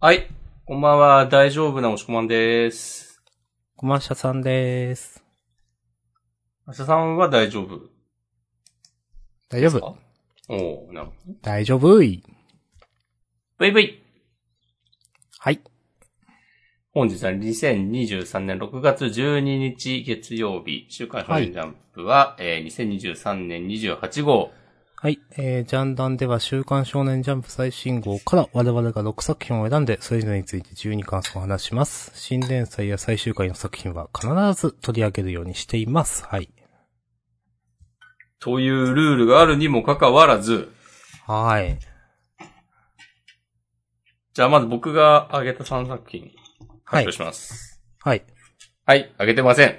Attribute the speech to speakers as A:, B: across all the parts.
A: はい。こんばんは、大丈夫なおしこまんです。
B: コマシャさんでーす。
A: 明日さんは大丈夫
B: 大丈
A: です
B: 夫
A: かおー、なるほど。
B: 大丈夫い
A: ブイブイ
B: はい。
A: 本日は2023年6月12日月曜日、週刊少年ジャンプは、えー、2023年28号。
B: はい。えー、ジャンダンでは週刊少年ジャンプ最新号から我々が6作品を選んで、それぞれについて12感想を話します。新連載や最終回の作品は必ず取り上げるようにしています。はい。
A: というルールがあるにもかかわらず、
B: はい。
A: じゃあまず僕が挙げた3作品、
B: は
A: 発
B: い
A: 表。します。
B: はい。
A: はい、挙げてません。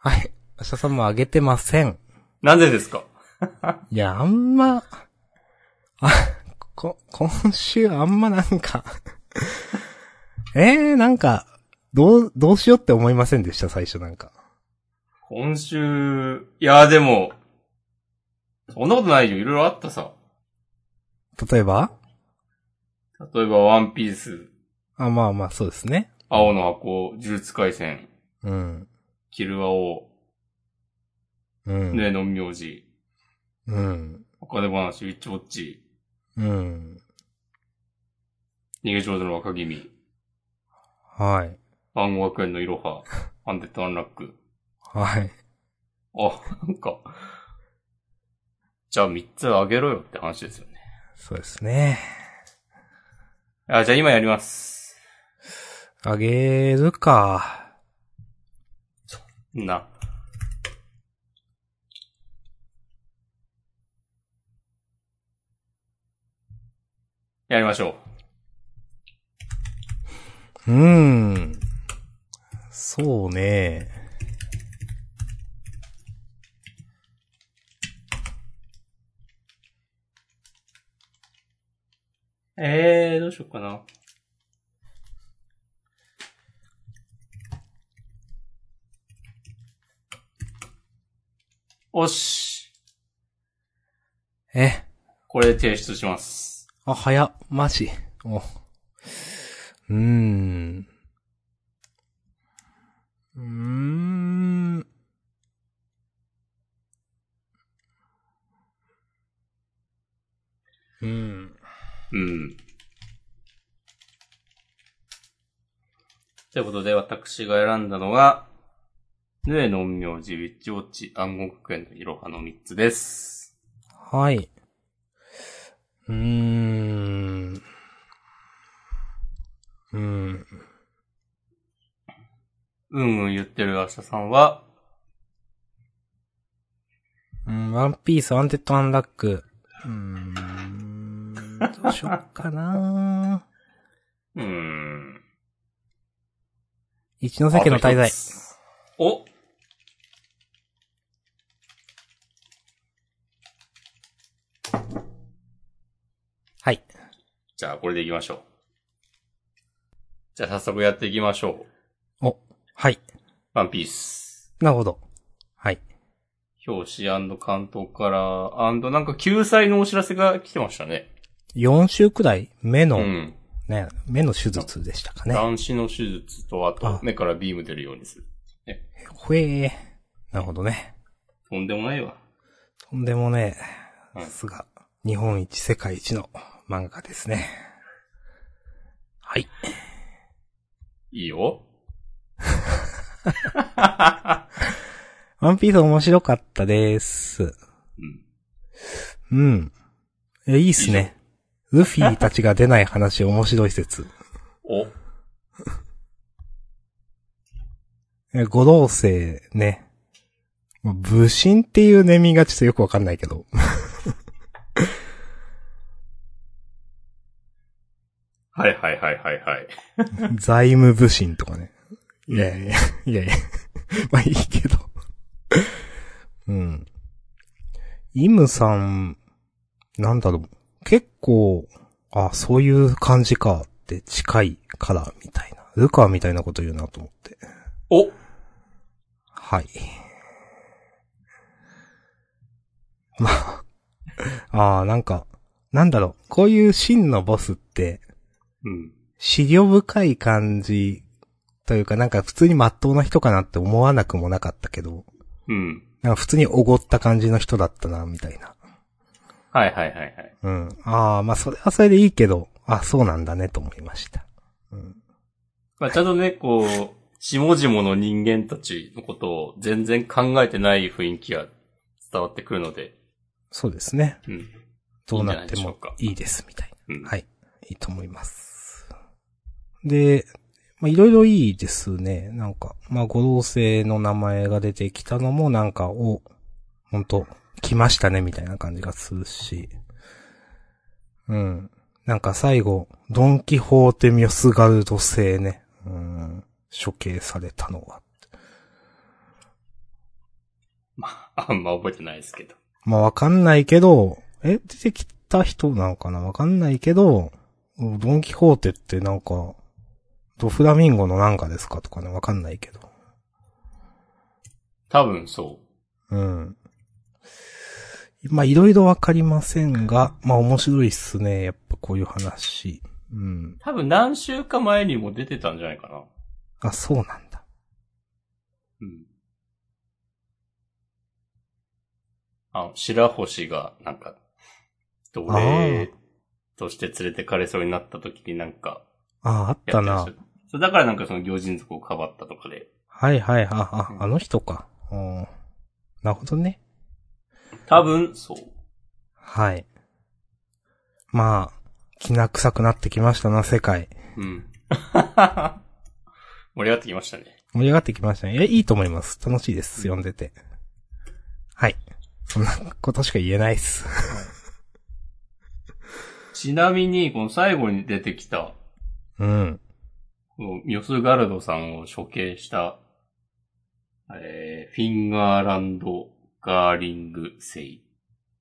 B: はい。明日さんもあげてません。
A: なぜですか
B: いや、あんま、あ、こ、今週あんまなんか、 えー、なんか、どう、どうしようって思いませんでした、最初なんか。
A: 今週、いやでも、そんなことないよ、いろいろあったさ。
B: 例えば
A: 例えば、ワンピース、
B: あ、まあまあ、そうですね。
A: 青の箱、呪術廻戦、
B: うん。
A: キルアオ、
B: うん。
A: ねの名字、
B: うん。
A: お金話、ウィッチウォッチ、
B: うん。
A: 逃げ上手の若君、
B: はい。
A: 暗号学園のいろは、アンデッドアンラック。
B: はい。
A: あ、なんか、じゃあ3つあげろよって話ですよね。
B: そうですね。
A: あ、じゃあ今やります。
B: あげるか。
A: な。やりましょう。
B: うーん。そうね。
A: えー、どうしようかな。おし。
B: え、
A: これ提出します。
B: あ、早っ、マジ。お。うーん。うーん。うん。
A: うん。ということで、私が選んだのが、ヌエの陰陽師、ウィッチウォッチ、暗号学園のいろはの3つです。
B: はい。うーん。
A: う
B: うん。
A: んうん言ってる明日さんは、
B: うん、ワンピース、アンデッド、アンラック。うーん。どうしよっかな
A: うーん。
B: 一ノ瀬家の滞
A: あと
B: 在
A: 一。つお
B: はい。
A: じゃあ、これでいきましょう。じゃあ、早速やっていきましょう。
B: お、はい。
A: ワンピース。
B: なるほど。はい。
A: 表紙関東から、なんか救済のお知らせが来てましたね。
B: 4週くらい目の、
A: うん。
B: ね、目の手術でしたかね。
A: 乱視の手術と、あと
B: あ、
A: 目からビーム出るようにする。
B: ほえー。なるほどね。
A: とんでもないわ。
B: とんでもね
A: うん
B: え、さすが、日本一、世界一の漫画家ですね。はい。
A: いいよ。
B: ワンピース面白かったです。
A: うん。
B: うん。え、いいっすね。ルフィたちが出ない話面白い説。
A: お。
B: え、五老星ね。まあ武神っていうネーミングがちょっとよくわかんないけど。
A: はいはいはいはいはい。
B: 財務部神とかね。いやいや、いやいや。 まあいいけど。うん。イムさん、なんだろう。結構、あ、そういう感じかって近いから、みたいな。ルカみたいなこと言うなと思って。
A: お
B: はい。 まあ、ああ、なんか、なんだろう。こういう真のボスって、
A: うん。
B: 資料深い感じというか、なんか普通に真っ当な人かなって思わなくもなかったけど、
A: うん。
B: なんか普通におごった感じの人だったな、みたいな。
A: はいはいはいはい。
B: うん。ああ、まあそれはそれでいいけど、あそうなんだねと思いました。
A: まあ、ちゃんとね、こう、下々の人間たちのことを全然考えてない雰囲気が伝わってくるので、
B: そうですね。
A: うん。
B: どうな
A: いいんじゃな
B: って
A: いでしょう
B: も
A: か
B: いいです、みたい
A: うん
B: な。はい。いいと思います。で、まあ、いろいろいいですね。なんか、まあ、五老星の名前が出てきたのも、なんか、お、ほんと、来ましたね、みたいな感じがするし。うん。なんか最後、ドンキホーテミョスガルド星ね。うん。処刑されたのは。
A: あ んま覚えてないですけど。
B: まあわかんないけど、え、出てきた人なのかなわかんないけど、うんドンキホーテってなんか、ドフラミンゴのなんかですかとかね、わかんないけど。
A: 多分そ
B: うん。まあいろいろわかりませんが、まあ面白いっすね。やっぱこういう話。うん
A: う。。多分何週か前にも出てたんじゃないかな。
B: あ、そうなんだ。
A: うん。あの、白星が、なんか、奴隷として連れてかれそうになった時になんか、
B: あ、あっ
A: や
B: た
A: ってま
B: な
A: した。。そう、だからなんかその行人族をかばったとかで、
B: はいはい、あ、あ、あの人か。うん。なるほどね。
A: 多分そう。
B: はい。まあ、気な臭くなってきましたな、世界。
A: うん。 盛り上がってきましたね。
B: 盛り上がってきましたね。いや、いいと思います。楽しいです。読んでて。はい。そんなことしか言えないっす。
A: ちなみに、この最後に出てきた、
B: うん。
A: このミョスガルドさんを処刑した、えー、フィンガーランドガーリングセイ。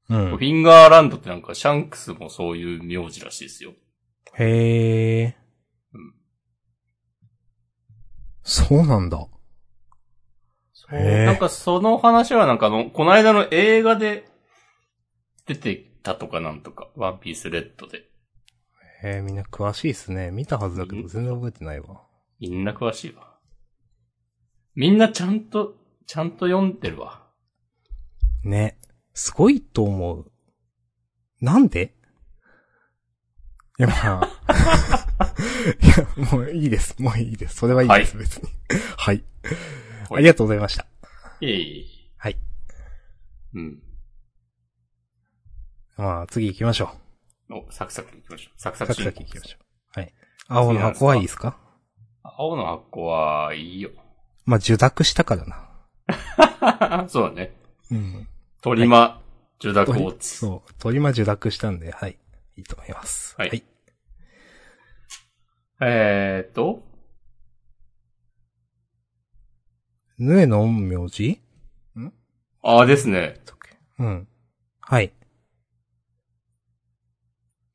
B: う
A: フ
B: ん。
A: ィンガーランドってなんかシャンクスもそういう名字らしいですよ。
B: へえ。
A: うん
B: そうなんだ。
A: そう
B: へー
A: なんかその話はなんかあの、この間の映画で出てたとかなんとか、ワンピースレッドで。
B: へえ、みんな詳しいっすね。見たはずだけ
A: うん
B: ど全然覚えてないわ。
A: みんな詳しいわ。みんなちゃんと、ちゃんと読んでるわ。
B: ね。すごいと思う。なんでいや、まあ。 いや、もういいです。もういいです。それはいいです、別に。はい。ありがとうございました。
A: いえいえ。
B: はい。
A: うん。
B: まあ、次行きましょう。
A: お、サクサク行きましょう。サクサ
B: サ
A: ク
B: ク
A: 進
B: サ
A: 行
B: ク行きましょう。はい。青の箱はいいですか
A: 青の箱はいいよ。
B: まあ、受諾したからな。
A: そうだね。
B: うん。
A: トリマ、ジュダコーツ。
B: そう。鳥間受諾したんで、はい。いいと思います。
A: はい
B: はい。
A: えーっと、
B: ぬえの陰陽師
A: ああですね。
B: だっけうん。はい。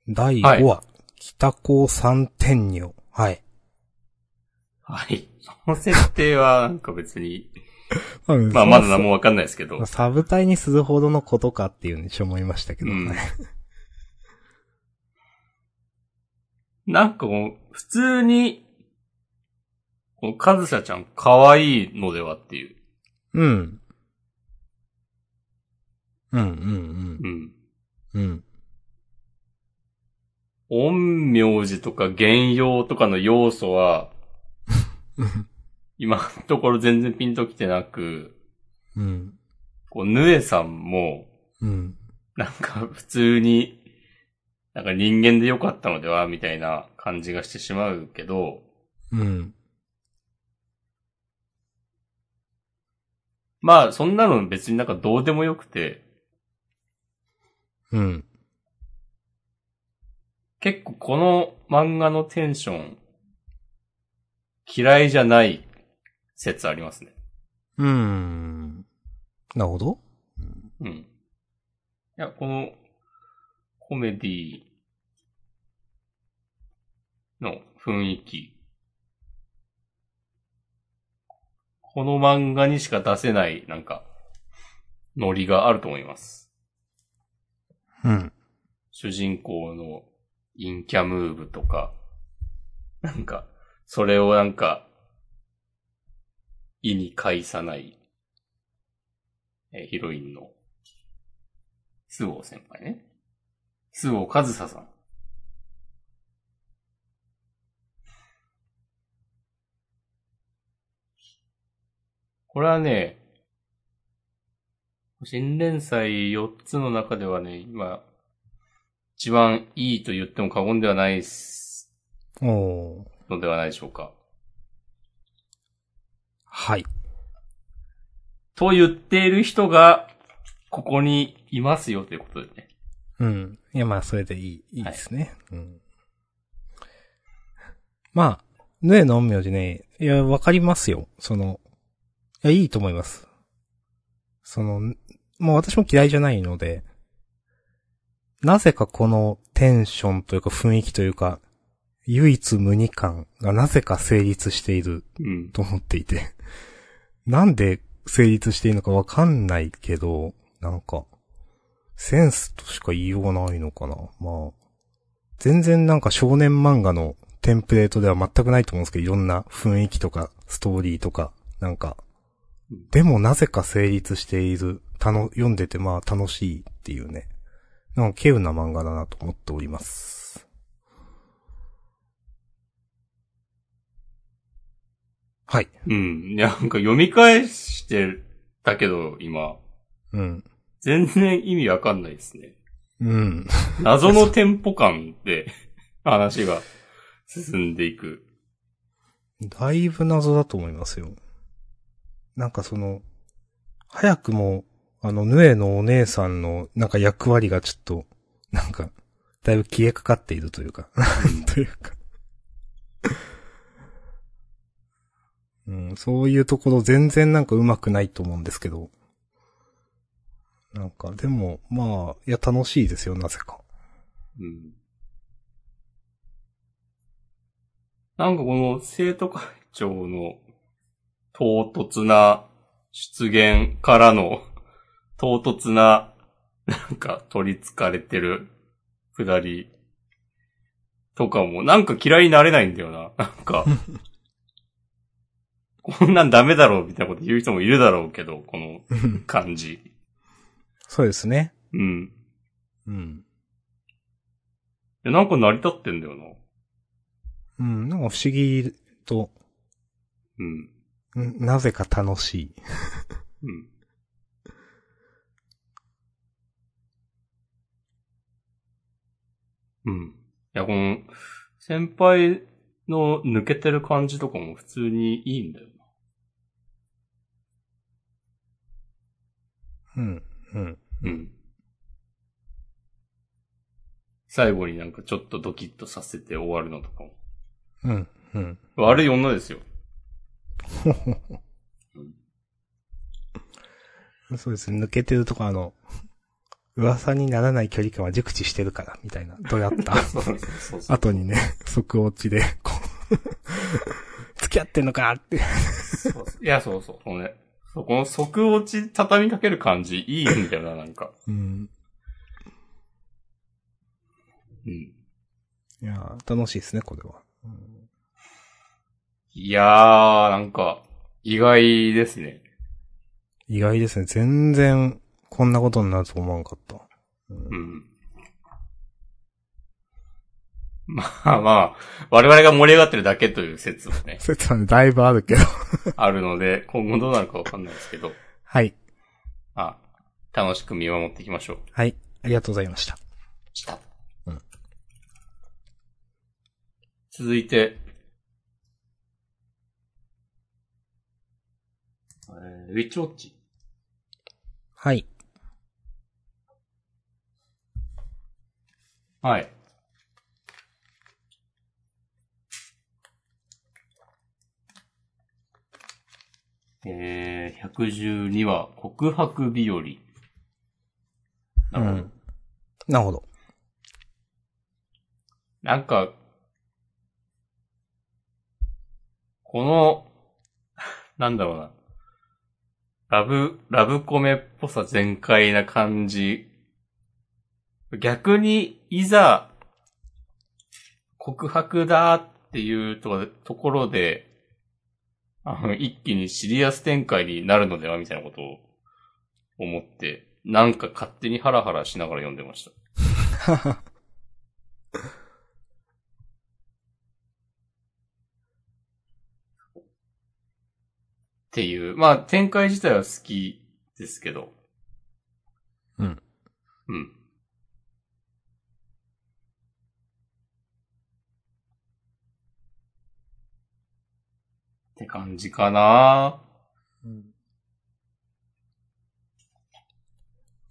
B: 第5話、北高三天女。はい。
A: はい。その設定はなんか別に、
B: まあ、
A: まあまだ何もわかんないですけど。
B: サブ隊にするほどのことかっていうのに一応思いましたけど、
A: うん
B: はい
A: なんかもう、普通に、このカズサちゃん可愛いのではっていう。
B: うん。うん、うん、
A: うん。
B: うん。うん。
A: 陰陽師とか原用とかの要素は、今のところ全然ピンときてなく、
B: うん。
A: こう、ヌエさんも、
B: うん。
A: なんか普通に、なんか人間で良かったのでは、みたいな感じがしてしまうけど、
B: うん。
A: まあそんなの別になんかどうでもよくて、
B: うん。
A: 結構この漫画のテンション、嫌いじゃない説ありますね。
B: うん。なるほど。
A: うん。いや、この、コメディの雰囲気。この漫画にしか出せない、なんか、ノリがあると思います。
B: うん。
A: 主人公の陰キャムーブとか、なんか、それをなんか、意に介さない、えーヒロインの、須郷先輩ね。須郷和沙さん。これはね、新連載4つの中ではね、今、一番いいと言っても過言ではないす
B: おー。
A: のではないでしょうか。
B: はい。
A: と言っている人が、ここにいますよということでね。
B: うん。いや、まあ、それでいい、いいですね。うん。まあ、ぬえの陰陽師ね、いや、わかりますよ。その、いや、いいと思います。その、もう私も嫌いじゃないので、なぜかこのテンションというか雰囲気というか、唯一無二感がなぜか成立している
A: うん。
B: と思っていて。なんで成立しているのかわかんないけど、なんか、センスとしか言いようがないのかな。まあ、全然なんか少年漫画のテンプレートでは全くないと思うんですけど、いろんな雰囲気とか、ストーリーとか、なんか
A: うん、
B: でもなぜか成立している、たの、読んでてまあ楽しいっていうね。なんか、稀有な漫画だなと思っております。はい。
A: うん。いや、なんか読み返してたけど、今。
B: うん。
A: 全然意味わかんないですね。
B: うん。
A: 謎のテンポ感で話が進んでいく。
B: だいぶ謎だと思いますよ。なんかその、早くも、あの、ヌエのお姉さんの、なんか役割がちょっと、なんか、だいぶ消えかかっているというか、というか。うん、そういうところ全然なんか上手くないと思うんですけど。なんか、でも、まあ、いや、楽しいですよ、なぜか。
A: うん。なんかこの生徒会長の唐突な出現からの唐突ななんか取り憑かれてるくだりとかもなんか嫌いになれないんだよな。なんか。こんなんダメだろうみたいなこと言う人もいるだろうけど、この感じ。
B: そうですね。
A: うん。
B: うん。
A: いやなんか成り立ってんだよな。
B: うん、なんか不思議と、
A: うん。
B: うんなぜか楽しい。
A: うん。うん。いや、この、先輩の抜けてる感じとかも普通にいいんだよな。
B: うん、うん。
A: うん。最後になんかちょっとドキッとさせて終わるのとかも。
B: うん、うん。
A: 悪い女ですよ。
B: そうですね。抜けてるとこあの、 噂にならない距離感は熟知してるから、みたいな。どうやった
A: そうそうそうそう。
B: 後にね、即落ちで、こう、 付き合ってんのかって。
A: そうそういや、そうそう。このね、そうこの即落ち畳みかける感じいいんだよな、なんか。
B: うん。
A: うん。
B: いやー、楽しいですね、これは。うん
A: いやー、なんか、意外ですね。
B: 意外ですね。全然、こんなことになると思わんかった。うん、
A: うん。まあまあ、我々が盛り上がってるだけという説も ね
B: 説はね、だいぶあるけど。
A: あるので、今後どうなるかわかんないですけど、
B: はい。
A: あ、楽しく見守っていきましょう。
B: はい。ありがとうございました。
A: した。
B: うん
A: 続いて、えーウィッチウォッチ。
B: はい。
A: はい。えー、112話、告白日和。なるほど。
B: うんなるほど。
A: なんか、この、 なんだろうな。ラブ、ラブコメっぽさ全開な感じ。逆に、いざ、告白だーっっていうとかところで、あの、一気にシリアス展開になるのではみたいなことを思って、なんか勝手にハラハラしながら読んでました。っていう、まあ展開自体は好きですけど。
B: うん。
A: うん。って感じかな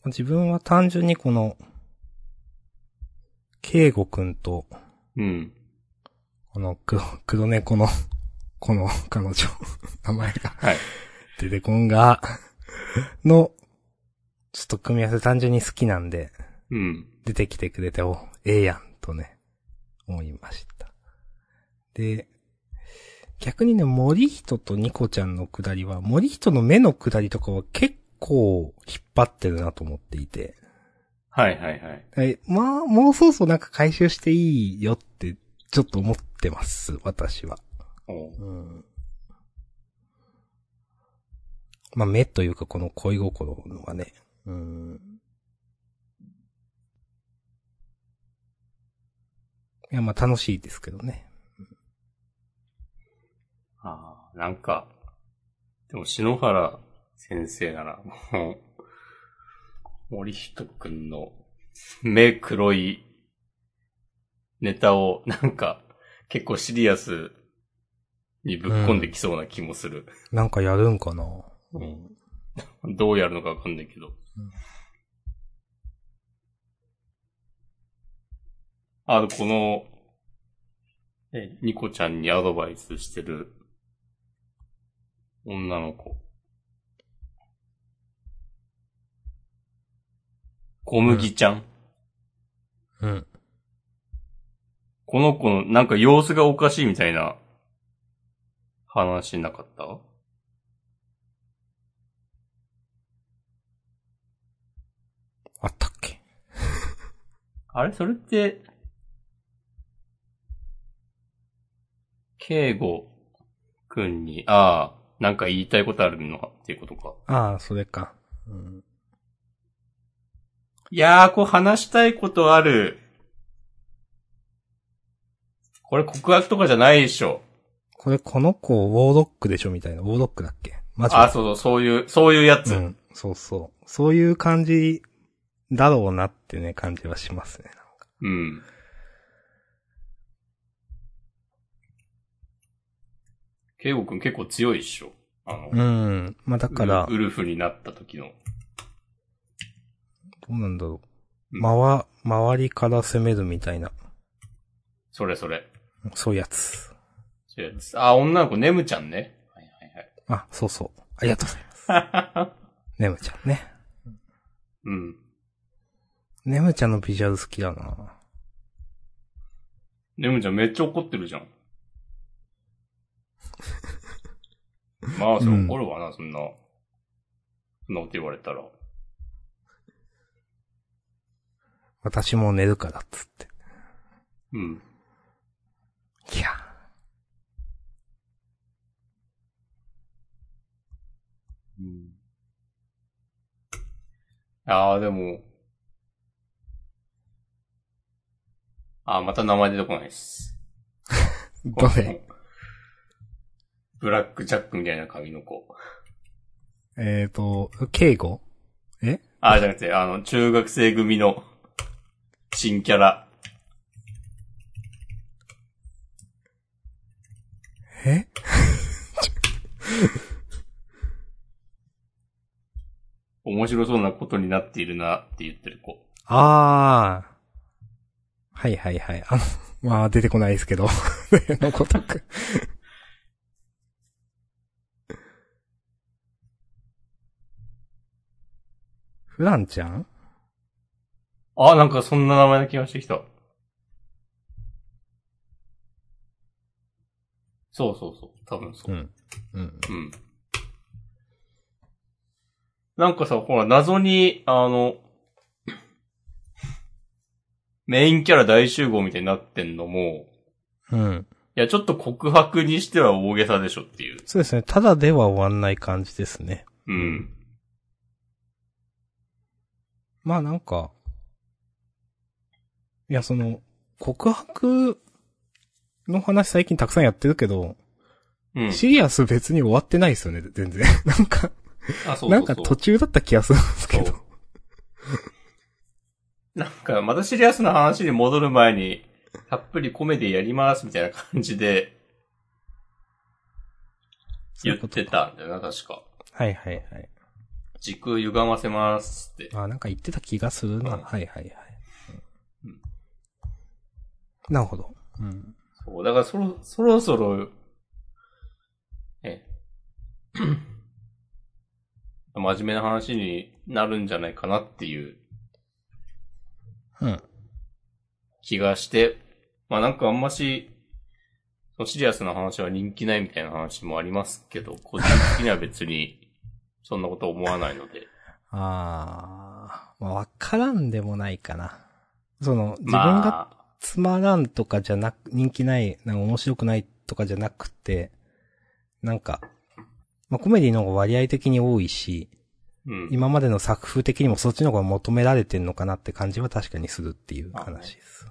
B: 自分は単純にこの、ケイゴくんと、
A: うん。
B: この黒、黒猫の、 この彼女、 名前が
A: はい。
B: 出てこんが、の、ちょっと組み合わせ単純に好きなんで、
A: うん。
B: 出てきてくれて、お、ええやん、とね、思いました。で、逆にね、森人とニコちゃんのくだりは、森人の目のくだりとかは結構引っ張ってるなと思っていて、
A: はいはいはい。
B: はい、まあ、もうそろそろなんか回収していいよって、ちょっと思ってます、私は。
A: おう
B: うん。まあ、目というかこの恋心はね、うん。いや、まあ楽しいですけどね。
A: ああ、なんか、でも篠原先生なら、もう、森人くんの目黒いネタをなんか結構シリアスにぶっ込んできそうな気もする。
B: なんかやるんかな
A: うん どうやるのかわかんないけど。
B: うん
A: あの、この、え、ニコちゃんにアドバイスしてる女の子。小麦ちゃん。
B: うん。
A: この子のなんか様子がおかしいみたいな話なかった
B: あったっけ
A: あれそれって、敬語くんに、ああ、なんか言いたいことあるのかっていうことか。
B: ああ、それか。うん。
A: いやー、こう話したいことある。これ告白とかじゃないでしょ。
B: これこの子、ウォードックでしょみたいな。ウォードックだっけマジ
A: あ、そうそう、そういう、そういうやつ。
B: うん。そうそう。そういう感じだろうなってね、感じはしますね。
A: うん。ケイゴくん結構強いっしょ。あの、
B: うん。まあだから
A: ウ、ルウルフになった時の。
B: どうなんだろ
A: う
B: う。
A: ん
B: まわ、周りから攻めるみたいな、
A: それそれ。
B: そういうやつ。
A: そういうやつあ、女の子、ネムちゃんね。はい
B: あ、そうそう。ありがとうございます。
A: はいはい。
B: ネムちゃんね。
A: うん。
B: ネムちゃんのビジュアル好きだな
A: ネムちゃんめっちゃ怒ってるじゃ ん。まあ、それ怒るわな、そんな。そんなこと言われたら。
B: 私も寝るからっつっ
A: うん。
B: て。いや
A: ああ、でも。ああ、また名前出てこないっす。
B: ー。どれ
A: ブラックジャックみたいな髪の子。
B: えーと、敬語
A: あ、じゃなくて、あの、中学生組の新キャラ。
B: え
A: 面白そうなことになっているなって言ってる子。
B: あー。はいはいはい。あの、まあ出てこないですけど。 例のごとく。 フランちゃん
A: あ、なんかそんな名前な気がしてきた。そうそうそう。多分そう。
B: ん。うん。
A: うん。なんかさ、ほら、謎に、あの、メインキャラ大集合みたいになってんのも、
B: うん。
A: や、ちょっと告白にしては大げさでしょっていう。
B: そうですね。ただでは終わんない感じですね。
A: うん。
B: まあなんか、いやその、告白の話最近たくさんやってるけど、
A: うん。
B: シリアス別に終わってないですよね、全然。なんか、
A: あ、そうそうそう。
B: なんか途中だった気がするんですけ
A: そ
B: ど
A: う。 なんか、またシリアスな話に戻る前に、たっぷりコメディやりますみたいな感じで
B: そう
A: 言
B: いう
A: っ
B: こと
A: てたんだよな、確か。
B: はいはいはい。
A: 時空歪ませますって。
B: あ、なんか言ってた気がするな。
A: うん
B: はいはいはい。う
A: うん
B: んなるほど。うん。
A: そう、だからそろ、そろそろ、え、 真面目な話になるんじゃないかなっていう
B: うん。
A: 気がして、まあなんかあんまし、そのシリアスな話は人気ないみたいな話もありますけど、個人的には別に、 そんなこと思わないので。
B: あー、まあ、わからんでもないかな。その、自分が
A: まあ、
B: つまらんとかじゃなく、人気ない、なんか面白くないとかじゃなくて、なんか、まあ、コメディの方が割合的に多いし、
A: うん。
B: 今までの作風的にもそっちの方が求められてんのかなって感じは確かにするっていう話です。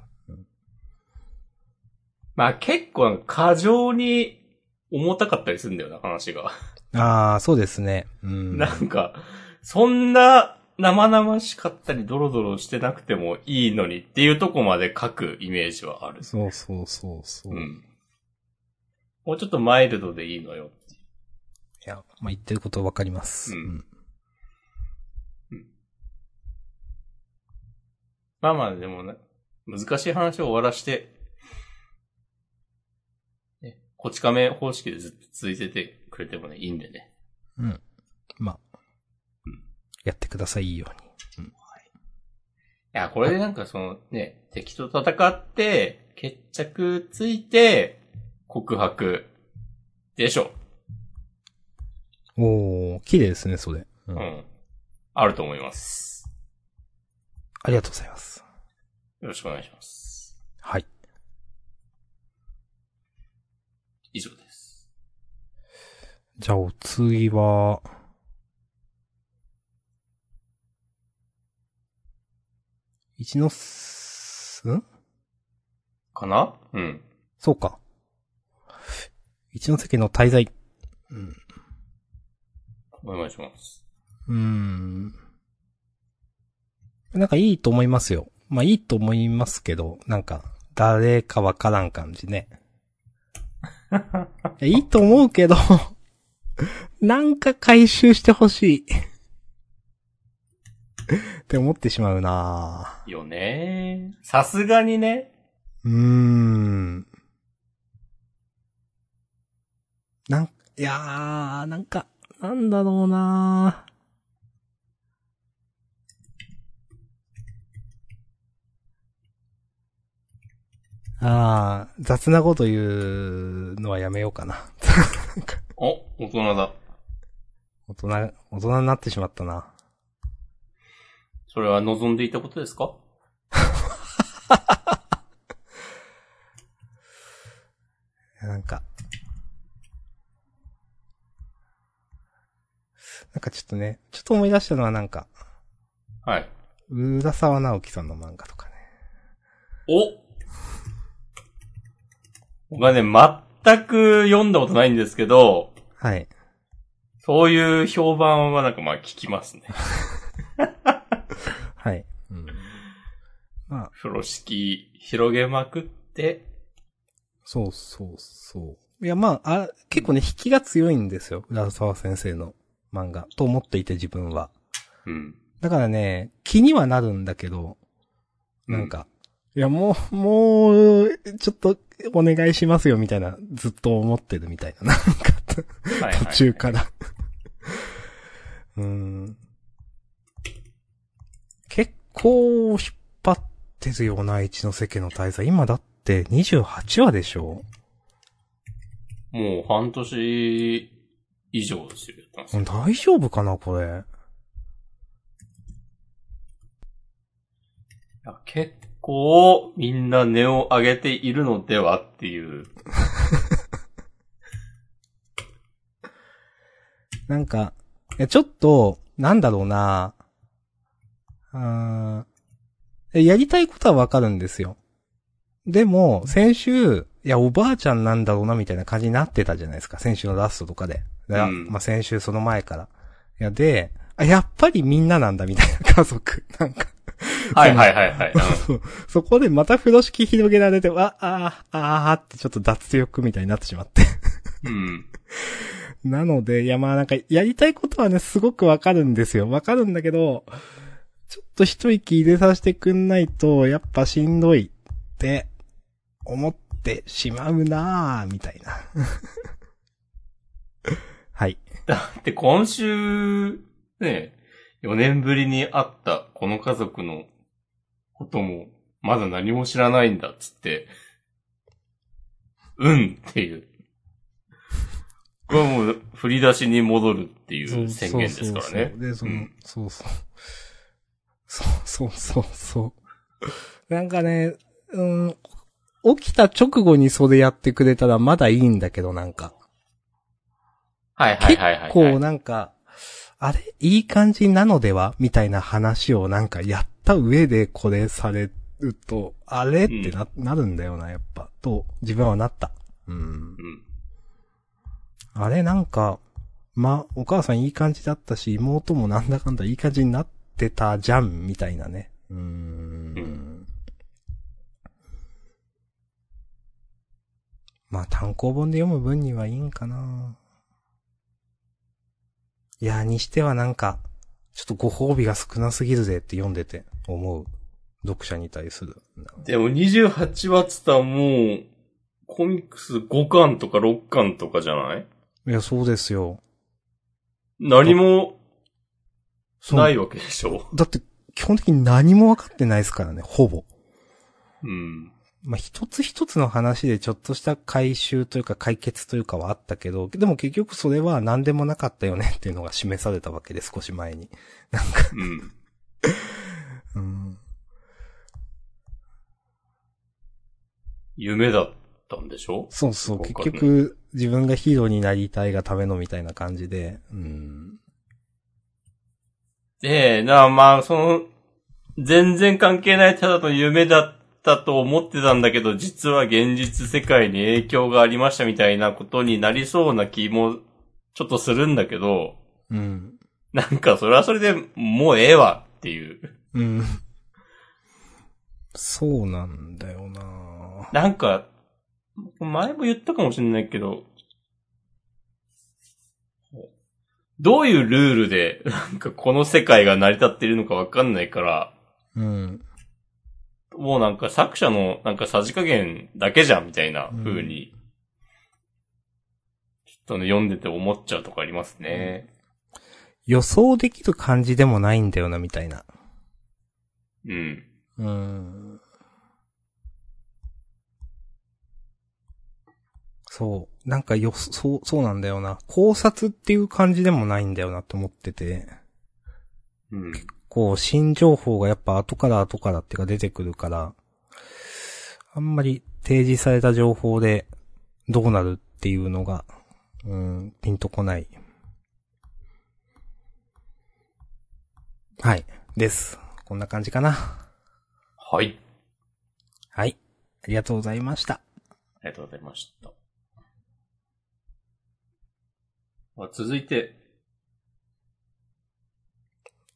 A: まあ結構なんか過剰に重たかったりするんだよな、話が。
B: ああ、そうですね。うん。
A: なんか、そんな生々しかったりドロドロしてなくてもいいのにっていうとこまで書くイメージはある。
B: そうそうそうそう。
A: う
B: い
A: ん。もうちょっとマイルドでいいのよ。
B: や、まあ、言ってることわかります。
A: うん
B: うん
A: まあまあでもね、難しい話を終わらして、ね、こち亀方式でずっと続いててくれてもね、いいんでね。
B: うん。まあ、やってくださいいいように。
A: いや、これでなんかそのね、敵と戦って、決着ついて、告白。でしょ。
B: おー、綺麗ですね、それ。う。
A: うんん。あると思います。
B: ありがとうございます。
A: よろしくお願いします。
B: はい。
A: 以上です。
B: じゃあ、お次は、一のす、ん
A: かなうん。
B: そうか。一ノ関の滞在。うん。
A: お願いし ます。
B: うーん。なんかいいと思いますよ。まあいいと思いますけど、なんか、誰かわからん感じね。いやいいと思うけど、 なんか回収してほしい。って思ってしまうなぁ
A: よねーさすがにね。
B: うーん。なん、いやー、なんか、なんだろうなぁあー、雑なこと言うのはやめようかな。
A: お、大人だ。
B: 大人、大人になってしまったな。
A: それは望んでいたことですか
B: いやなんか。なんかちょっとね、ちょっと思い出したのはなんか、
A: はい。
B: 浦沢直樹さんの漫画とかね。
A: お僕はね、全く読んだことないんですけど、
B: はい。
A: そういう評判はなんかまあ聞きますね。
B: はい。うん。まあ、
A: 風呂敷広げまくって、
B: そうそうそう。いや、まあ、あ結構ね、引きが強いんですよ。浦沢先生の漫画。と思っていて自分は。
A: うん。
B: だからね、気にはなるんだけど、なんか、いや、もう、もう、ちょっと、お願いしますよ、みたいな、ずっと思ってるみたいな、なんか、
A: はいはいはい
B: 途中から。うーん。結構、引っ張ってるよな、一ノ瀬家の大佐。今だって28話でしょ
A: もう半年以上ですよ、やったんですよ
B: 大丈夫かな、これ。
A: いや結構みんな値を上げているのではっていう。
B: なんか、いやちょっと、なんだろうなあーやりたいことはわかるんですよ。でも、先週、いや、おばあちゃんなんだろうな、みたいな感じになってたじゃないですか。先週のラストとかで。だから
A: うん
B: まあ、先週その前から。いや、で、あ、やっぱりみんななんだ、みたいな家族。 なんか、
A: はいはいはいはい。
B: そこでまた風呂敷広げられて、わ、あー、あーってちょっと脱力みたいになってしまって。
A: うん。
B: なので、いやまあなんか、やりたいことはね、すごくわかるんですよ。わかるんだけど、ちょっと一息入れさせてくんないと、やっぱしんどいって、思ってしまうなぁ、みたいな。 はい。
A: だって今週、ね、4年ぶりに会ったこの家族のことも、まだ何も知らないんだっつって、うんっていう。これはもう振り出しに戻るっていう宣言ですからね。
B: そうそうそう
A: う
B: で
A: ん、
B: その、そうそう。そうそうそうそう。なんかね、うん、起きた直後にそれやってくれたらまだいいんだけど、なんか。
A: はいはい
B: 結
A: はいはい、はい
B: 構。なんか、あれいい感じなのではみたいな話をなんかやった上でこれされると、あれってな、なるんだよな、やっぱ。と、自分はなった。うん。
A: うん
B: あれなんか、まあ、お母さんいい感じだったし、妹もなんだかんだいい感じになってたじゃん、みたいなね。うーん。
A: うん
B: まあ、単行本で読む分にはいいんかな。いや、にしてはなんか、ちょっとご褒美が少なすぎるぜって読んでて思う。読者に対する。
A: でも28話っつったらもう、コミックス5巻とか6巻とかじゃない
B: いや、そうですよ。
A: 何も
B: そう
A: ないわけでしょ。
B: だって、基本的に何も分かってないですからね、ほぼ。
A: うん。
B: まあ、一つ一つの話でちょっとした回収というか解決というかはあったけど、でも結局それは何でもなかったよねっていうのが示されたわけで少し前に。
A: うん。
B: うん。
A: 夢だったんでしょ
B: そうそ
A: そ
B: う、
A: う
B: 結
A: か
B: 局自分がヒーローになりたいがためのみたいな感じで、うん。
A: で、なあまあ、その、全然関係ないただの夢だったと思ってたんだけど、実は現実世界に影響がありましたみたいなことになりそうな気も、ちょっとするんだけど、
B: うん。
A: なんかそれはそれでもうええわっていう。
B: うん。そうなんだよな
A: なんか、前も言ったかもしれないけど、どういうルールで、なんかこの世界が成り立っているのかわかんないから、
B: うん。
A: もうなんか作者のなんかさじ加減だけじゃんみたいな風に、ちょっとね、読んでて思っちゃうとかありますね。
B: 予想できる感じでもないんだよな、みたいな。
A: うん。
B: うん。そう。なんかよ、そう、そうなんだよな。考察っていう感じでもないんだよなって思ってて。
A: うん。
B: こう、新情報がやっぱ後から後からっていうか出てくるから、あんまり提示された情報でどうなるっていうのが、うん、ピンとこない。はい。です。こんな感じかな。
A: はい。
B: はい。ありがとうございました。
A: ありがとうございました。あ続いて、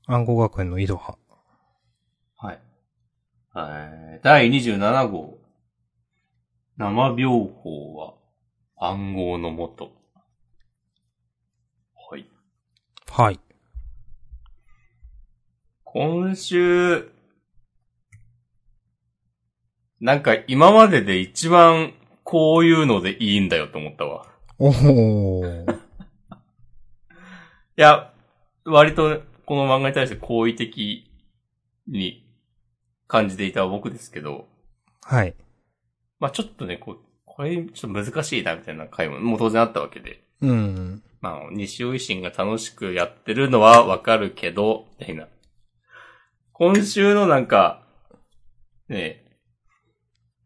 B: 暗号学園の井戸は。
A: はい。えー第27号。生病法は暗号のもと。はい。
B: はい。
A: 今週、なんか今までで一番こういうのでいいんだよと思ったわ。
B: おほー。
A: いや、割とこの漫画に対して好意的に感じていた僕ですけど、
B: はい。
A: まあちょっとね、こう、これちょっと難しいなみたいな回も、もう当然あったわけで。
B: うん。
A: まあ、西尾維新が楽しくやってるのはわかるけど、みたいな。今週のなんか、ね、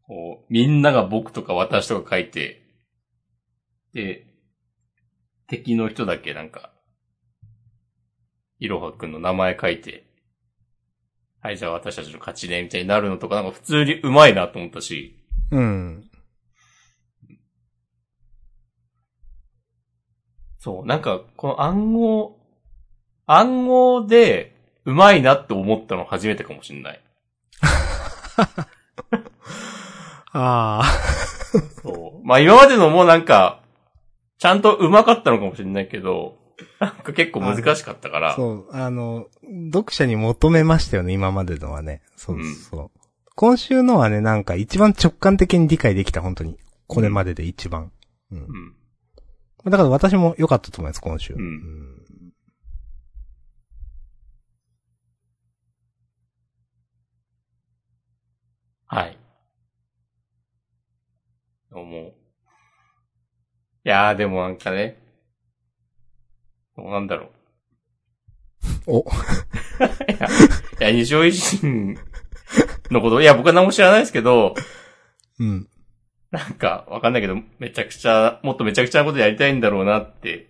A: こう、みんなが僕とか私とか書いて、で、敵の人だけなんか、いろはくんの名前書いて、はい、じゃあ私たちの勝ちね、みたいになるのとか、なんか普通にうまいなと思ったし、
B: うん。
A: そう、なんか、この暗号、暗号で、うまいなって思ったの初めてかもしんない。
B: ああ。
A: そう。まあ今までのもなんか、ちゃんとうまかったのかもしれないけど、なんか結構難しかったから、
B: そう、あの、読者に求めましたよね、今までのはね。そうそう。今週のはね、なんか一番直感的に理解できた、本当に。これまでで一番。うん。
A: うん。
B: だから私も良かったと思います、今週。
A: うんはい。思う。いやーでもなんかね、どうなんだろう。
B: お、
A: いや、二条維新のこと、いや、僕は何も知らないですけど、
B: うん。
A: なんか、わかんないけど、めちゃくちゃ、もっとめちゃくちゃなことやりたいんだろうなって、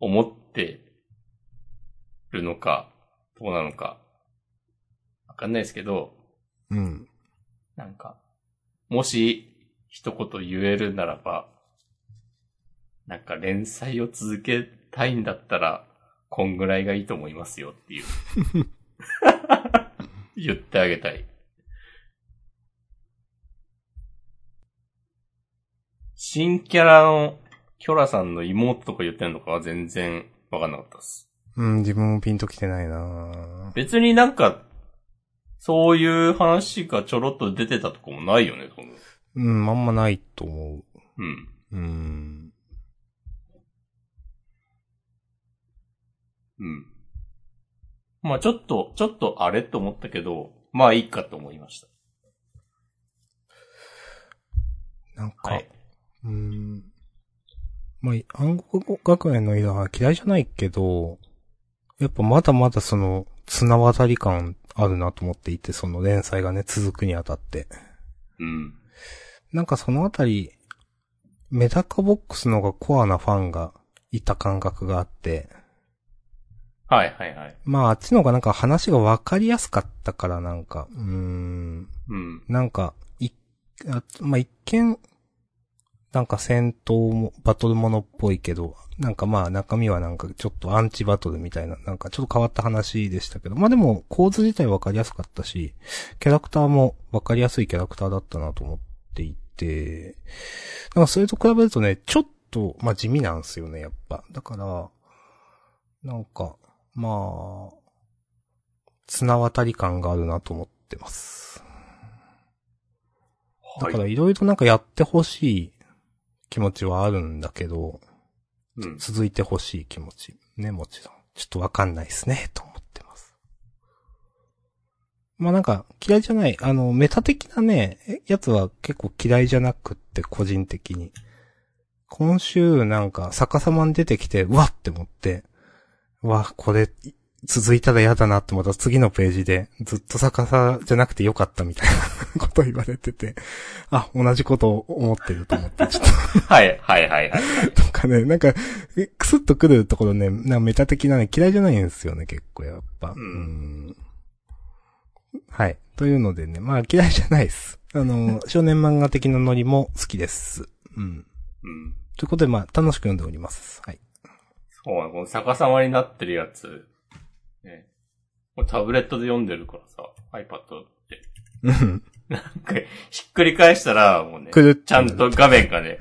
A: 思ってるのか、どうなのか、わかんないですけど、
B: うん。
A: なんか、もし、一言言えるならば、なんか連載を続けたいんだったら、こんぐらいがいいと思いますよっていう。 言ってあげたい。新キャラのキョラさんの妹とか言ってるのかは全然わかんなかったです。
B: うん、自分もピンときてないなぁ
A: 別になんか、そういう話がちょろっと出てたとこもないよね、多分
B: うん、あんまないと思
A: うん。
B: う。うん。
A: うん。まあちょっと、ちょっとあれと思ったけど、まあいいかと思いました。
B: なんか、
A: はい。
B: うーん。まあ、暗黒学園の色は嫌いじゃないけど、やっぱまだまだその、綱渡り感あるなと思っていて、その連載がね、続くにあたって。
A: うん。
B: なんかそのあたり、メダカボックスの方がコアなファンがいた感覚があって、
A: はいはいはい。
B: まああっちの方がなんか話がわかりやすかったからなんか、うーん。
A: うん。
B: なんか、い、あまあ、一見、なんか戦闘も、バトルものっぽいけど、なんかまあ中身はなんかちょっとアンチバトルみたいな、なんかちょっと変わった話でしたけど、まあでも構図自体わかりやすかったし、キャラクターもわかりやすいキャラクターだったなと思っていて、なんかそれと比べるとね、ちょっと、まあ地味なんですよね、やっぱ。だから、なんか、まあ、綱渡り感があるなと思ってます。だ
A: はい
B: からいろいろなんかやってほしい気持ちはあるんだけど、
A: うん。
B: 続いてほしい気持ち。ね、もちろん。ちょっとわかんないですね、と思ってます。まあなんか、嫌いじゃない、あの、メタ的なね、えやつは結構嫌いじゃなくって、個人的に。今週なんか逆さまに出てきて、うわっって思って、うわ、これ、い続いたら嫌だなってまた次のページで、ずっと逆さじゃなくてよかったみたいなことを言われてて、あ、同じことを思ってると思って、ちょっと
A: はいはいはいはい。
B: とかね、なんか、えクスッとくるところね、なんかメタ的なね、嫌いじゃないんですよね、結構やっぱ。
A: うん
B: んはい。というのでね、まあ嫌いじゃないです。あ の、少年漫画的なノリも好きです。うん。
A: うん。
B: ということで、まあ楽しく読んでおります。はい。
A: そう、この逆さまになってるやつ。ね。これタブレットで読んでるからさ、iPad って。
B: うん。
A: なんかひっくり返したら、もうね、
B: くるっ
A: ちゃんと画面がね、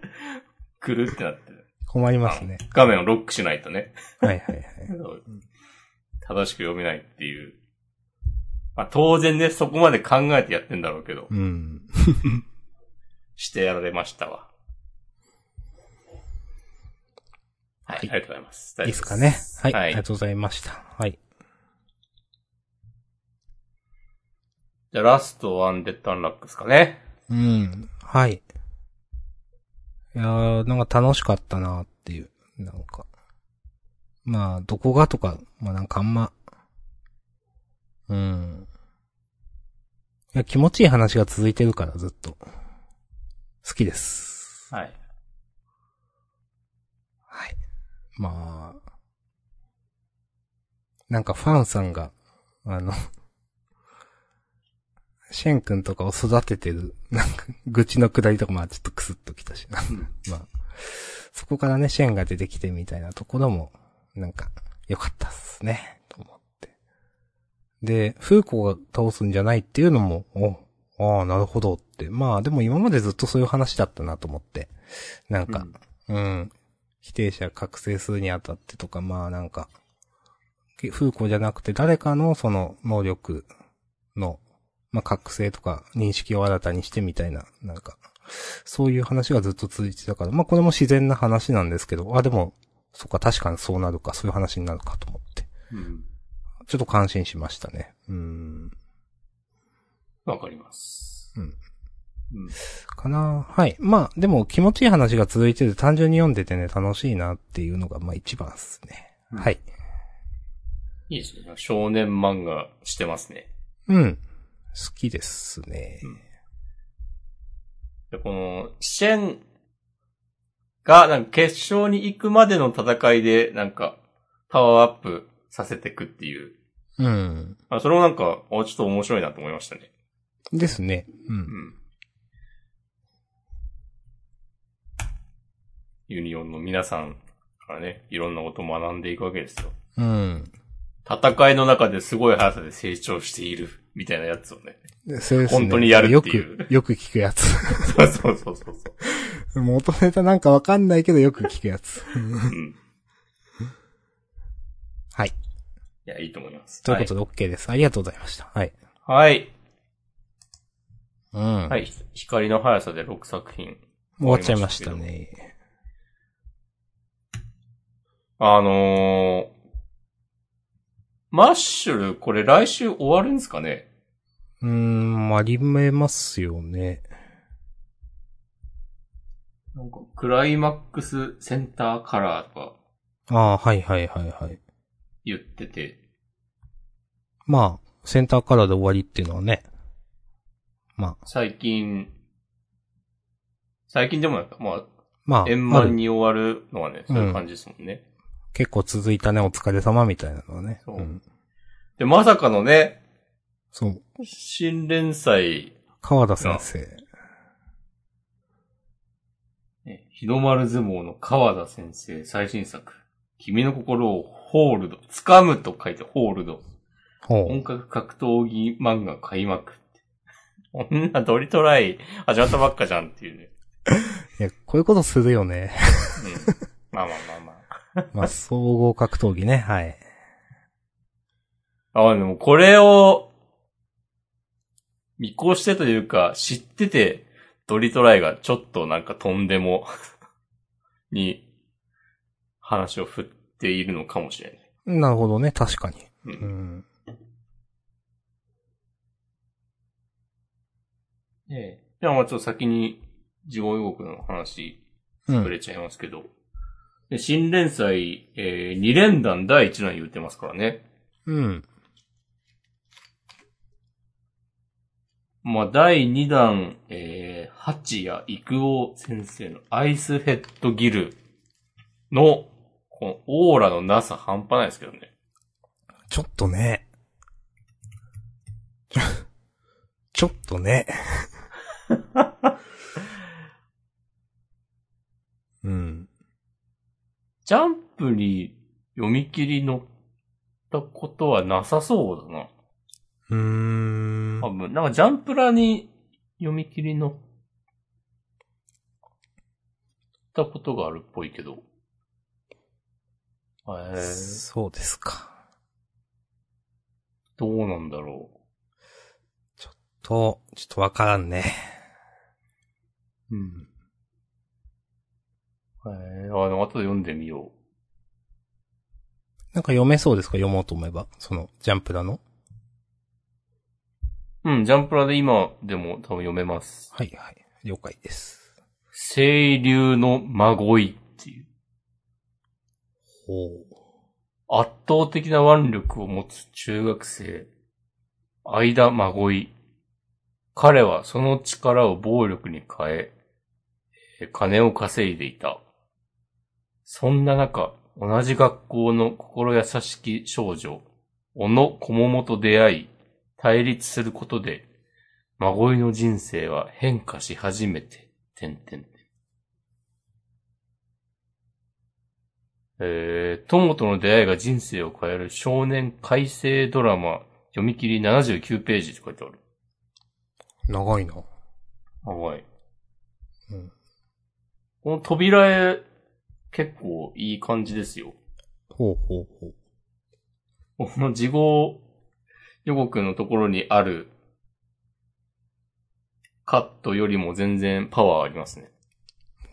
A: くるってなってる。
B: 困りますね。
A: 画面をロックしないとね。
B: はいはいはい。
A: そう正しく読めないっていう。まあ当然ね、そこまで考えてやってんだろうけど、
B: うん。
A: してやられましたわ。はい、ありがとうございます。
B: いいですかね。はい。
A: はい
B: ありがとうございました。はい。
A: じゃあラストワンデッドアンラックですかね。
B: うん。はい。いやー、なんか楽しかったなっていう。なんか。まあ、どこがとか、まあなんかあんま。うん。いや、気持ちいい話が続いてるから、ずっと。好きです。
A: はい。
B: はい。まあ、なんかファンさんが、あの、 シェン君とかを育ててる、なんか、愚痴のくだりとか、まあちょっとクスッときたしな。まあ、そこからね、シェンが出てきてみたいなところも、なんか、良かったっすね、と思って。で、風子が倒すんじゃないっていうのも、お、ああ、なるほどって。まあ、でも今までずっとそういう話だったなと思って。なんか、うん。否定者覚醒するにあたってとか、まあなんか、け風光じゃなくて誰かのその能力の、まあ覚醒とか認識を新たにしてみたいな、なんか、そういう話がずっと続いてたから、まあこれも自然な話なんですけど、あ、でも、そっか、確かにそうなるか、そういう話になるかと思って。
A: うん。
B: ちょっと感心しましたね。うん。
A: わかります。
B: うん。
A: うん。
B: かなはい。まあ、でも気持ちいい話が続いてて、単純に読んでてね、楽しいなっていうのが、まあ一番っすね。
A: うん
B: はい。
A: いいですね。少年漫画してますね。
B: うん。好きですね。
A: で、この、シェンが、なんか決勝に行くまでの戦いで、なんか、パワーアップさせていくっていう。
B: うん。
A: あそれもなんか、あちょっと面白いなと思いましたね。
B: ですね。う。
A: うんん。ユニオンの皆さんからね、いろんなことを学んでいくわけですよ。
B: うん。
A: 戦いの中ですごい速さで成長している、みたいなやつをね。
B: でそれですね
A: 本当にやるっていう
B: よく、よく聞くやつ。
A: そうそうそうそうそう。
B: 元ネタなんかわかんないけどよく聞くやつ。
A: うん。
B: はい。
A: いや、いいと思います。
B: ということで OK です。ありがとうございました。はい。
A: はい。
B: うん。
A: はい。ひ光の速さで6作品。
B: 終わっちゃいましたね。
A: あのー、マッシュル、これ来週終わるんですかね
B: うーん、ありめますよね。
A: なんか、クライマックスセンターカラーとか
B: ああ、はいはいはいはい。
A: 言ってて、
B: まあ、センターカラーで終わりっていうのはね。まあ、
A: 最近、最近でもなんか、ま
B: まあ
A: あ、、円満
B: ある
A: に終わるのはね、そういう感じですもんね。
B: 結構続いたね、お疲れ様みたいなのはね。
A: そうんで、まさかのね、
B: そう。
A: 新連載、
B: 川田先生。
A: ね日の丸相撲の川田先生最新作、君の心をホールド、掴むと書いてホールド。
B: ほ
A: 本
B: う。
A: 格格闘技漫画開幕って。こんなドリトライ始まったばっかじゃんっていうね。
B: いや、こういうことするよ ね。
A: うん。まあまあまあま
B: まあ、総合格闘技ね、はい。
A: あ。あ、でもこれを見越してというか知っててドリトライがちょっとなんかとんでもに話を振っているのかもしれない。
B: なるほどね、確かに。
A: う。
B: うんん。
A: ええじゃあまあちょっと先に地獄予告の話
B: う
A: 触
B: ん。
A: れちゃいますけど。で新連載、え2連弾第1弾言ってますからね。
B: うん。
A: まあ、第2弾、えー、八谷育夫先生のアイスヘッドギルの、このオーラのなさ半端ないですけどね。
B: ちょっとね。ちょ、ちょっと ね。うん。
A: ジャンプに読み切り乗ったことはなさそうだな。
B: うーん。
A: 多分、なんかジャンプラに読み切り乗ったことがあるっぽいけど。えー、
B: そうですか。
A: どうなんだろ
B: と、ちょっとわからんね。
A: う。うん。えー、あの、後で読んでみよう。
B: なんか読めそうですか読もうと思えば。その、ジャンプだの
A: うん、ジャンプラで今でも多分読めます。
B: はいはい。了解です。
A: 清流の孫いっていう、
B: ほう。
A: 圧倒的な腕力を持つ中学生、間孫い彼はその力を暴力に変え、えー金を稼いでいた。そんな中、同じ学校の心優しき少女、小野小桃と出会い、対立することで、孫いの人生は変化し始めて、てんてんてん。えー、友との出会いが人生を変える少年改正ドラマ、読み切り79ページって書いてある。
B: 長いな。
A: 長い。
B: うん
A: この扉絵、結構いい感じですよ。
B: ほうほうほう。
A: この事後予告のところにあるカットよりも全然パワーありますね。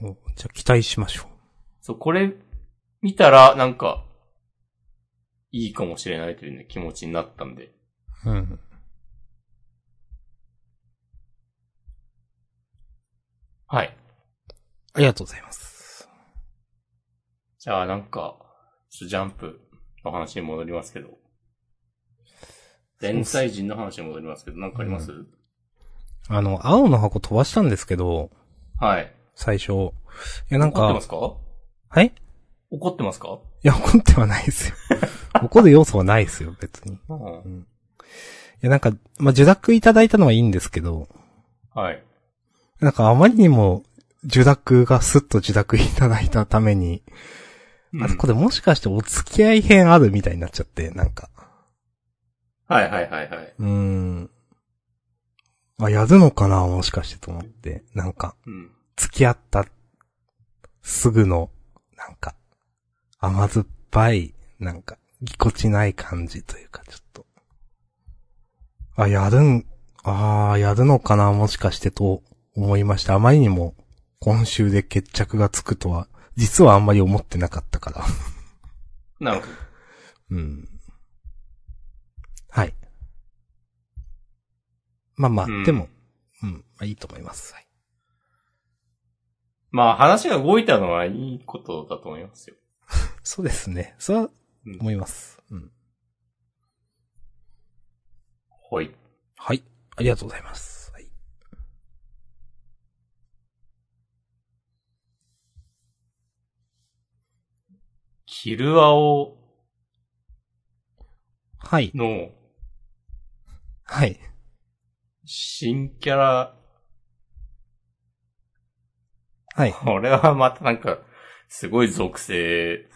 B: おじゃあ期待しましょ
A: そう、これ見たらなんかいいかもしれないという、ね、気持ちになったんで。
B: う。うん。
A: はい。
B: ありがとうございます。
A: じゃあなんか、ちょっとジャンプの話に戻りますけど。連載人の話に戻りますけど、なんかあります、
B: あの、青の箱飛ばしたんですけど、
A: はい。
B: 最初。いや、なん
A: 怒ってま
B: か、
A: すか
B: はいい
A: 怒ってますか
B: や、怒ってはない ですよ。怒る要素はないですよ、別に。い
A: うん。
B: や、なんか、まあ、受諾いただいたのはいいんですけど、
A: はい。
B: なんかあまりにも、受諾がスッと受諾いただいたために、あそこでもしかしてお付き合い編あるみたいになっちゃって、なんか。
A: はいはいはいはい。
B: うーん。あ、やるのかなもしかしてと思って。なんか、
A: うん。
B: 付き合った、すぐの、なんか、甘酸っぱい、なんか、ぎこちない感じというか、ちょっと。あ、やるん、ああ、やるのかなもしかしてと思いました。あまりにも、今週で決着がつくとは、実はあんまり思ってなかったから。
A: なるほど。
B: うん。はい。まあまあ、
A: うん
B: でも、うん、まあいいと思います。はい。
A: まあ話が動いたのはいいことだと思いますよ。
B: そうですね。それは
A: うん、
B: 思います。うん。
A: はい。
B: はい。ありがとうございます。はい。
A: キルアオ
B: はい。
A: の
B: はい。
A: 新キャラ、
B: はい。
A: これはまたなんか、すごい属性、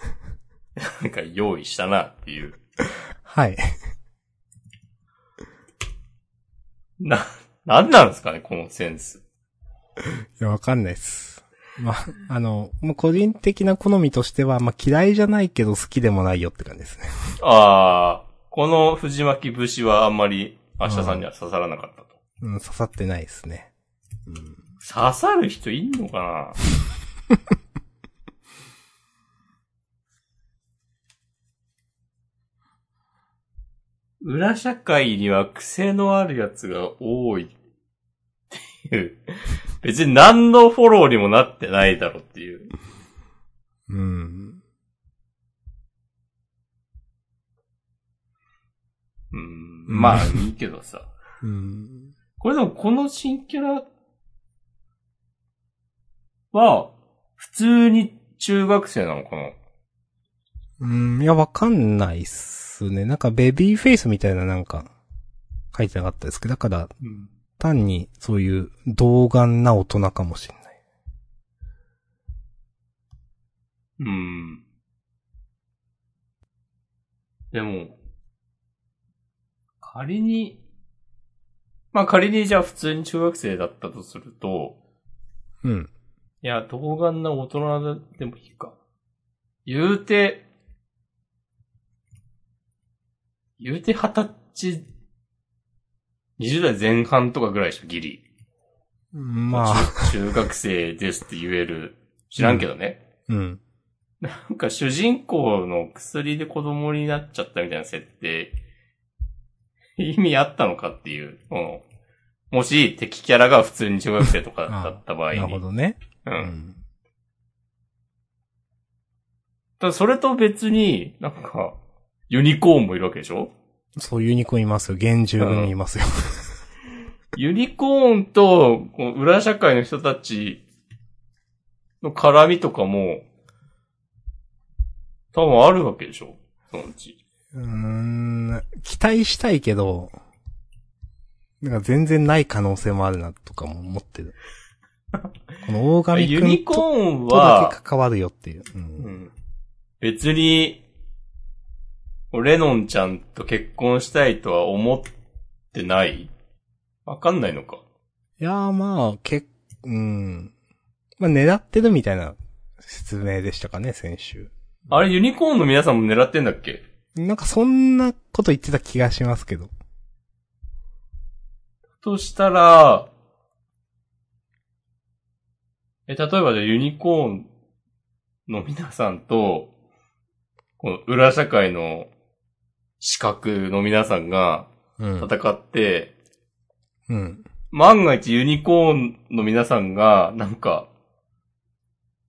A: なんか用意したなっていう。
B: はい。
A: な、なんなんですかね、このセンス。
B: いや、わかんないです。ま あ、あの、もう個人的な好みとしては、まあ嫌いじゃないけど好きでもないよって感じですね。
A: ああ、この藤巻節はあんまり明日さんには刺さらなかったと。
B: うん、刺さってないですね。うん。
A: 刺さる人いんのかな裏社会には癖のあるやつが多いっていう。別に何のフォローにもなってないだろっていう。
B: うん。
A: うん、まあいいけどさ。
B: うん。
A: これでもこの新キャラは普通に中学生なのかな
B: うん、いや、わかんないっすね。なんか、ベビーフェイスみたいななんか、書いてなかったですけど、だから、
A: うん。
B: 単に、そういう、童顔な大人かもしれない。
A: うん。でも、仮に、まあ仮にじゃあ普通に中学生だったとすると、
B: うん。
A: いや、童顔な大人でもいいか。言うて、言うて二十歳、20代前半とかぐらいでしょ、ギリ。
B: まあ、
A: 中中 学生ですって言える。知らんけどね。
B: うん。
A: なんか主人公の薬で子供になっちゃったみたいな設定、 意味あったのかっていう、このもし敵キャラが普通に中学生と かだった場合
B: な
A: に。
B: るほどね。
A: う。
B: うんん。
A: ただそれと別に、なんか、ユニコーンもいるわけでしょ
B: そう、ユニコーンいますよ。厳重軍いますよ。
A: ユニコーンと、こう裏社会の人たちの絡みとかも、多分あるわけでしょそのうち。
B: うーん、期待したいけど、なんか全然ない可能性もあるなとかも思ってる。この大神
A: ユ
B: くん
A: ニ
B: と
A: コーン
B: とだ
A: は
B: け、関わるよっていう。うん
A: うん別に、レノンちゃんと結婚したいとは思ってないわかんないのか。
B: いやーまあ、け、うん。まあ狙ってるみたいな説明でしたかね、先週。
A: あれユニコーンの皆さんも狙ってんだっけ
B: なんかそんなこと言ってた気がしますけど。
A: としたら、え、例えばじゃあユニコーンの皆さんと、この裏社会の資格の皆さんが
B: うん。
A: 戦って、
B: うん。
A: 万が一ユニコーンの皆さんが、なんか、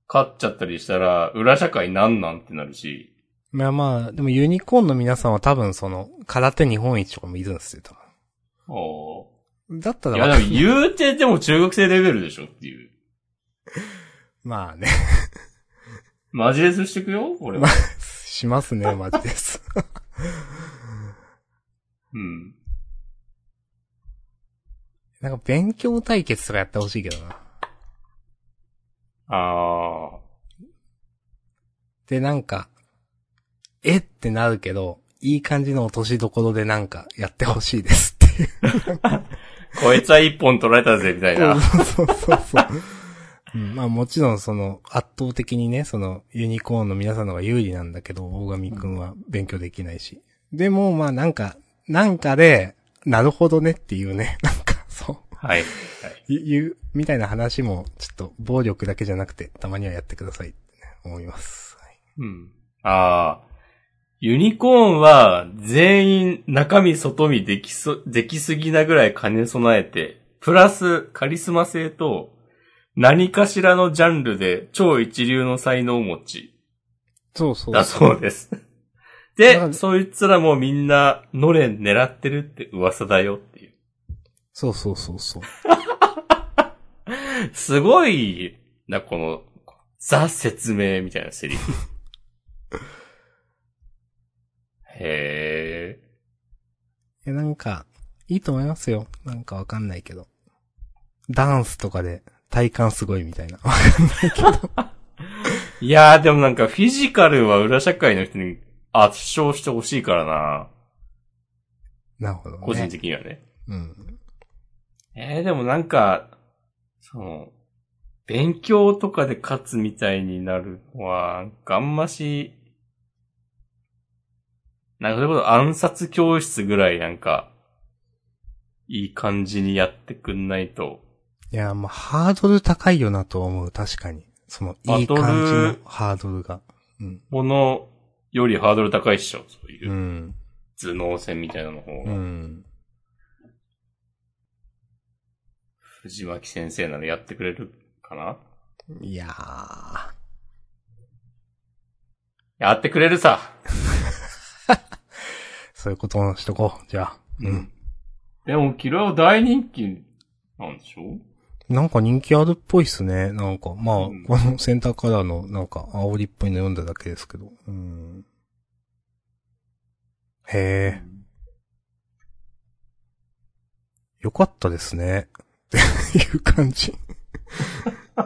A: 勝っちゃったりしたら、裏社会なんなんってなるし、
B: まあまあ、でもユニコーンの皆さんは多分その、空手日本一とかもいるんですよ、多
A: あー
B: 分だった
A: い
B: らわ
A: や
B: かん
A: でも言うてでも中学生レベルでしょっていう。
B: まあね。
A: マジレスしてくよ俺 は。
B: します ね、マジです。
A: うん。
B: なんか勉強対決とかやってほしいけどな。
A: ああ。
B: で、なんか、えってなるけど、いい感じの落としどころでなんかやってほしいですっていう。
A: こいつは一本取られたぜ、みたいな。
B: そうそうそうそう。 うん、まあもちろんその圧倒的にね、そのユニコーンの皆さんの方が有利なんだけど、大神くんは勉強できないし。でもまあなんか、なんかで、なるほどねっていうね、なんかそう、
A: はい。はい
B: 言う、みたいな話も、ちょっと暴力だけじゃなくて、たまにはやってくださいってね、思います。はい
A: うん。ああ。ユニコーンは全員中身外身できそ、できすぎなぐらい兼ね備えて、プラスカリスマ性と何かしらのジャンルで超一流の才能持ち
B: そうそう。
A: だそうです。
B: な
A: で、
B: ん
A: そいつらもみんなノレン狙ってるって噂だよっていう。
B: そうそうそうそう。
A: すごいな、この、ザ説明みたいなセリ フ。へえ。
B: いや、なんか、いいと思いますよ。なんかわかんないけど。ダンスとかで、体感すごいみたいな。
A: いやーでもなんかフィジカルは裏社会の人に圧勝してほしいからな。
B: なるほど、ね。
A: 個人的にはね。
B: うん。
A: えー、でもなんか、その、勉強とかで勝つみたいになるのは、なんかあんまし、なんかそういうこと暗殺教室ぐらいなんか、いい感じにやってくんないと。
B: いや、まあ、ハードル高いよなと思う、確かに。その、いい
A: バトル
B: 感じのハードルが。うん。。
A: ものよりハードル高いっしょ。そういううん頭脳戦みたいなの方
B: う
A: が。
B: ん。
A: 藤巻先生ならやってくれるかない
B: やー。
A: やってくれるさ。
B: そういうことをしとこう、じゃあ。うん。
A: でも、キラは大人気なんでしょ
B: なんか人気あるっぽいっすね。なんか、まあ、
A: うん
B: このセンターカラーの、なんか、煽りっぽいの読んだだけですけど。うん。へえ。よかったですね。っていう感じ。
A: そ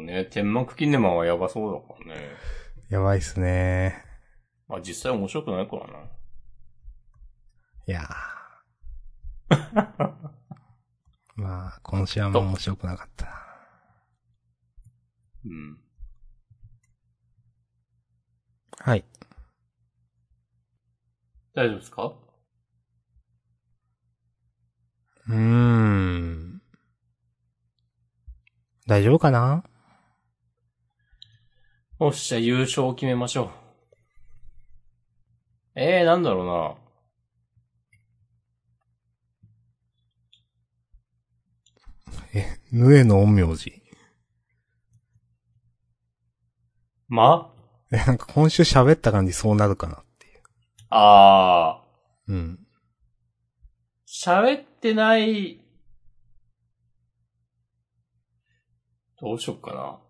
A: うね、天幕キネマはやばそうだからね。
B: やばいっすね。
A: まあ実際面白くないからな。
B: いやー。まあ、今週はもう面白くなかったな。
A: うん。
B: はい。
A: 大丈夫ですか
B: うーん。大丈夫かな
A: よっしゃ、優勝を決めましょう。ええー、なんだろうな。
B: え、ぬえの陰陽師。
A: ま
B: え、なんか今週喋った感じそうなるかなってい
A: ああ、
B: う。うん。
A: 喋ってない、どうしよっかな。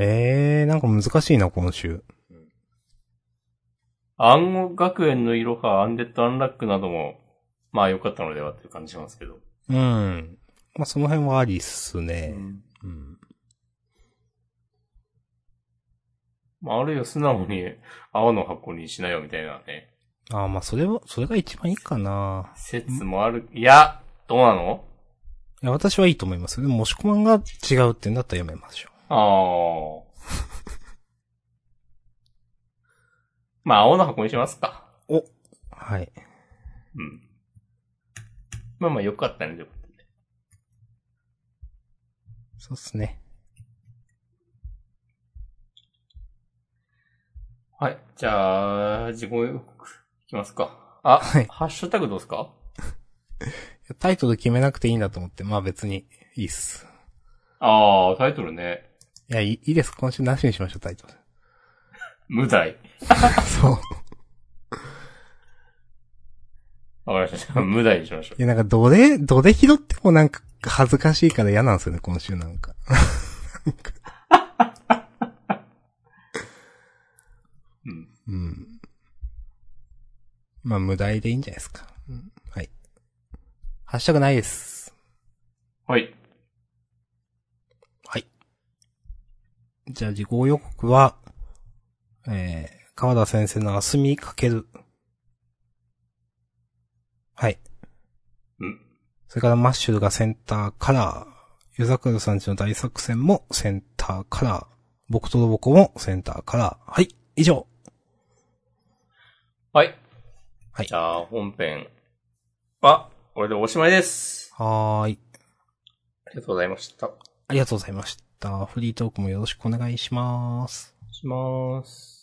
B: えー、なんか難しいな、今週。
A: 暗号学園のいろは、アンデッドアンラックなども、まあ良かったのではっていう感じしますけど。
B: うん。まあ、その辺はありっすね。うん。
A: まああるいは素直に青の箱にしなよみたいなね。
B: あーまあ、それは、それが一番いいかな。
A: 説もある。いや、どうなの
B: いや、私はいいと思いますよ。でも、もしこまんが違うってんだったらやめましょ
A: ああ。 まあ青の箱にしますか。
B: う。はい。
A: うん。まあまあ良かったね、でも。
B: そうっすね。
A: はい。じゃあ、自己予告、いきますか。あ、
B: はい
A: ハッシュタグどうですか
B: タイトル決めなくていいんだと思って、まあ別に、いいっす。
A: ああ、タイトルね。
B: いや、いいいいです。今週なしにしましょう、タイトル。
A: 無罪。
B: そう。
A: わかりました。じゃあ無題にしましょ
B: いや、なんか、どれ、どれ拾ってもなんか、恥ずかしいから嫌なんですよね、今週なんか。
A: う。うん。
B: うん。まあ、無題でいいんじゃないですか。うんはい。ハッシュタグないです。
A: はい。
B: はい。じゃあ、時効予告は、えー、川田先生の明日見かける。はい。
A: うん。
B: それから、マッシュルがセンターカラー。湯桜さんちの大作戦もセンターカラー。僕とロボコもセンターカラー。はい。以上。
A: はい。
B: はい
A: じゃあ、本編は、これでおしまいです。
B: はーい。
A: ありがとうございました。
B: ありがとうございました。フリートークもよろしくお願いします。
A: します。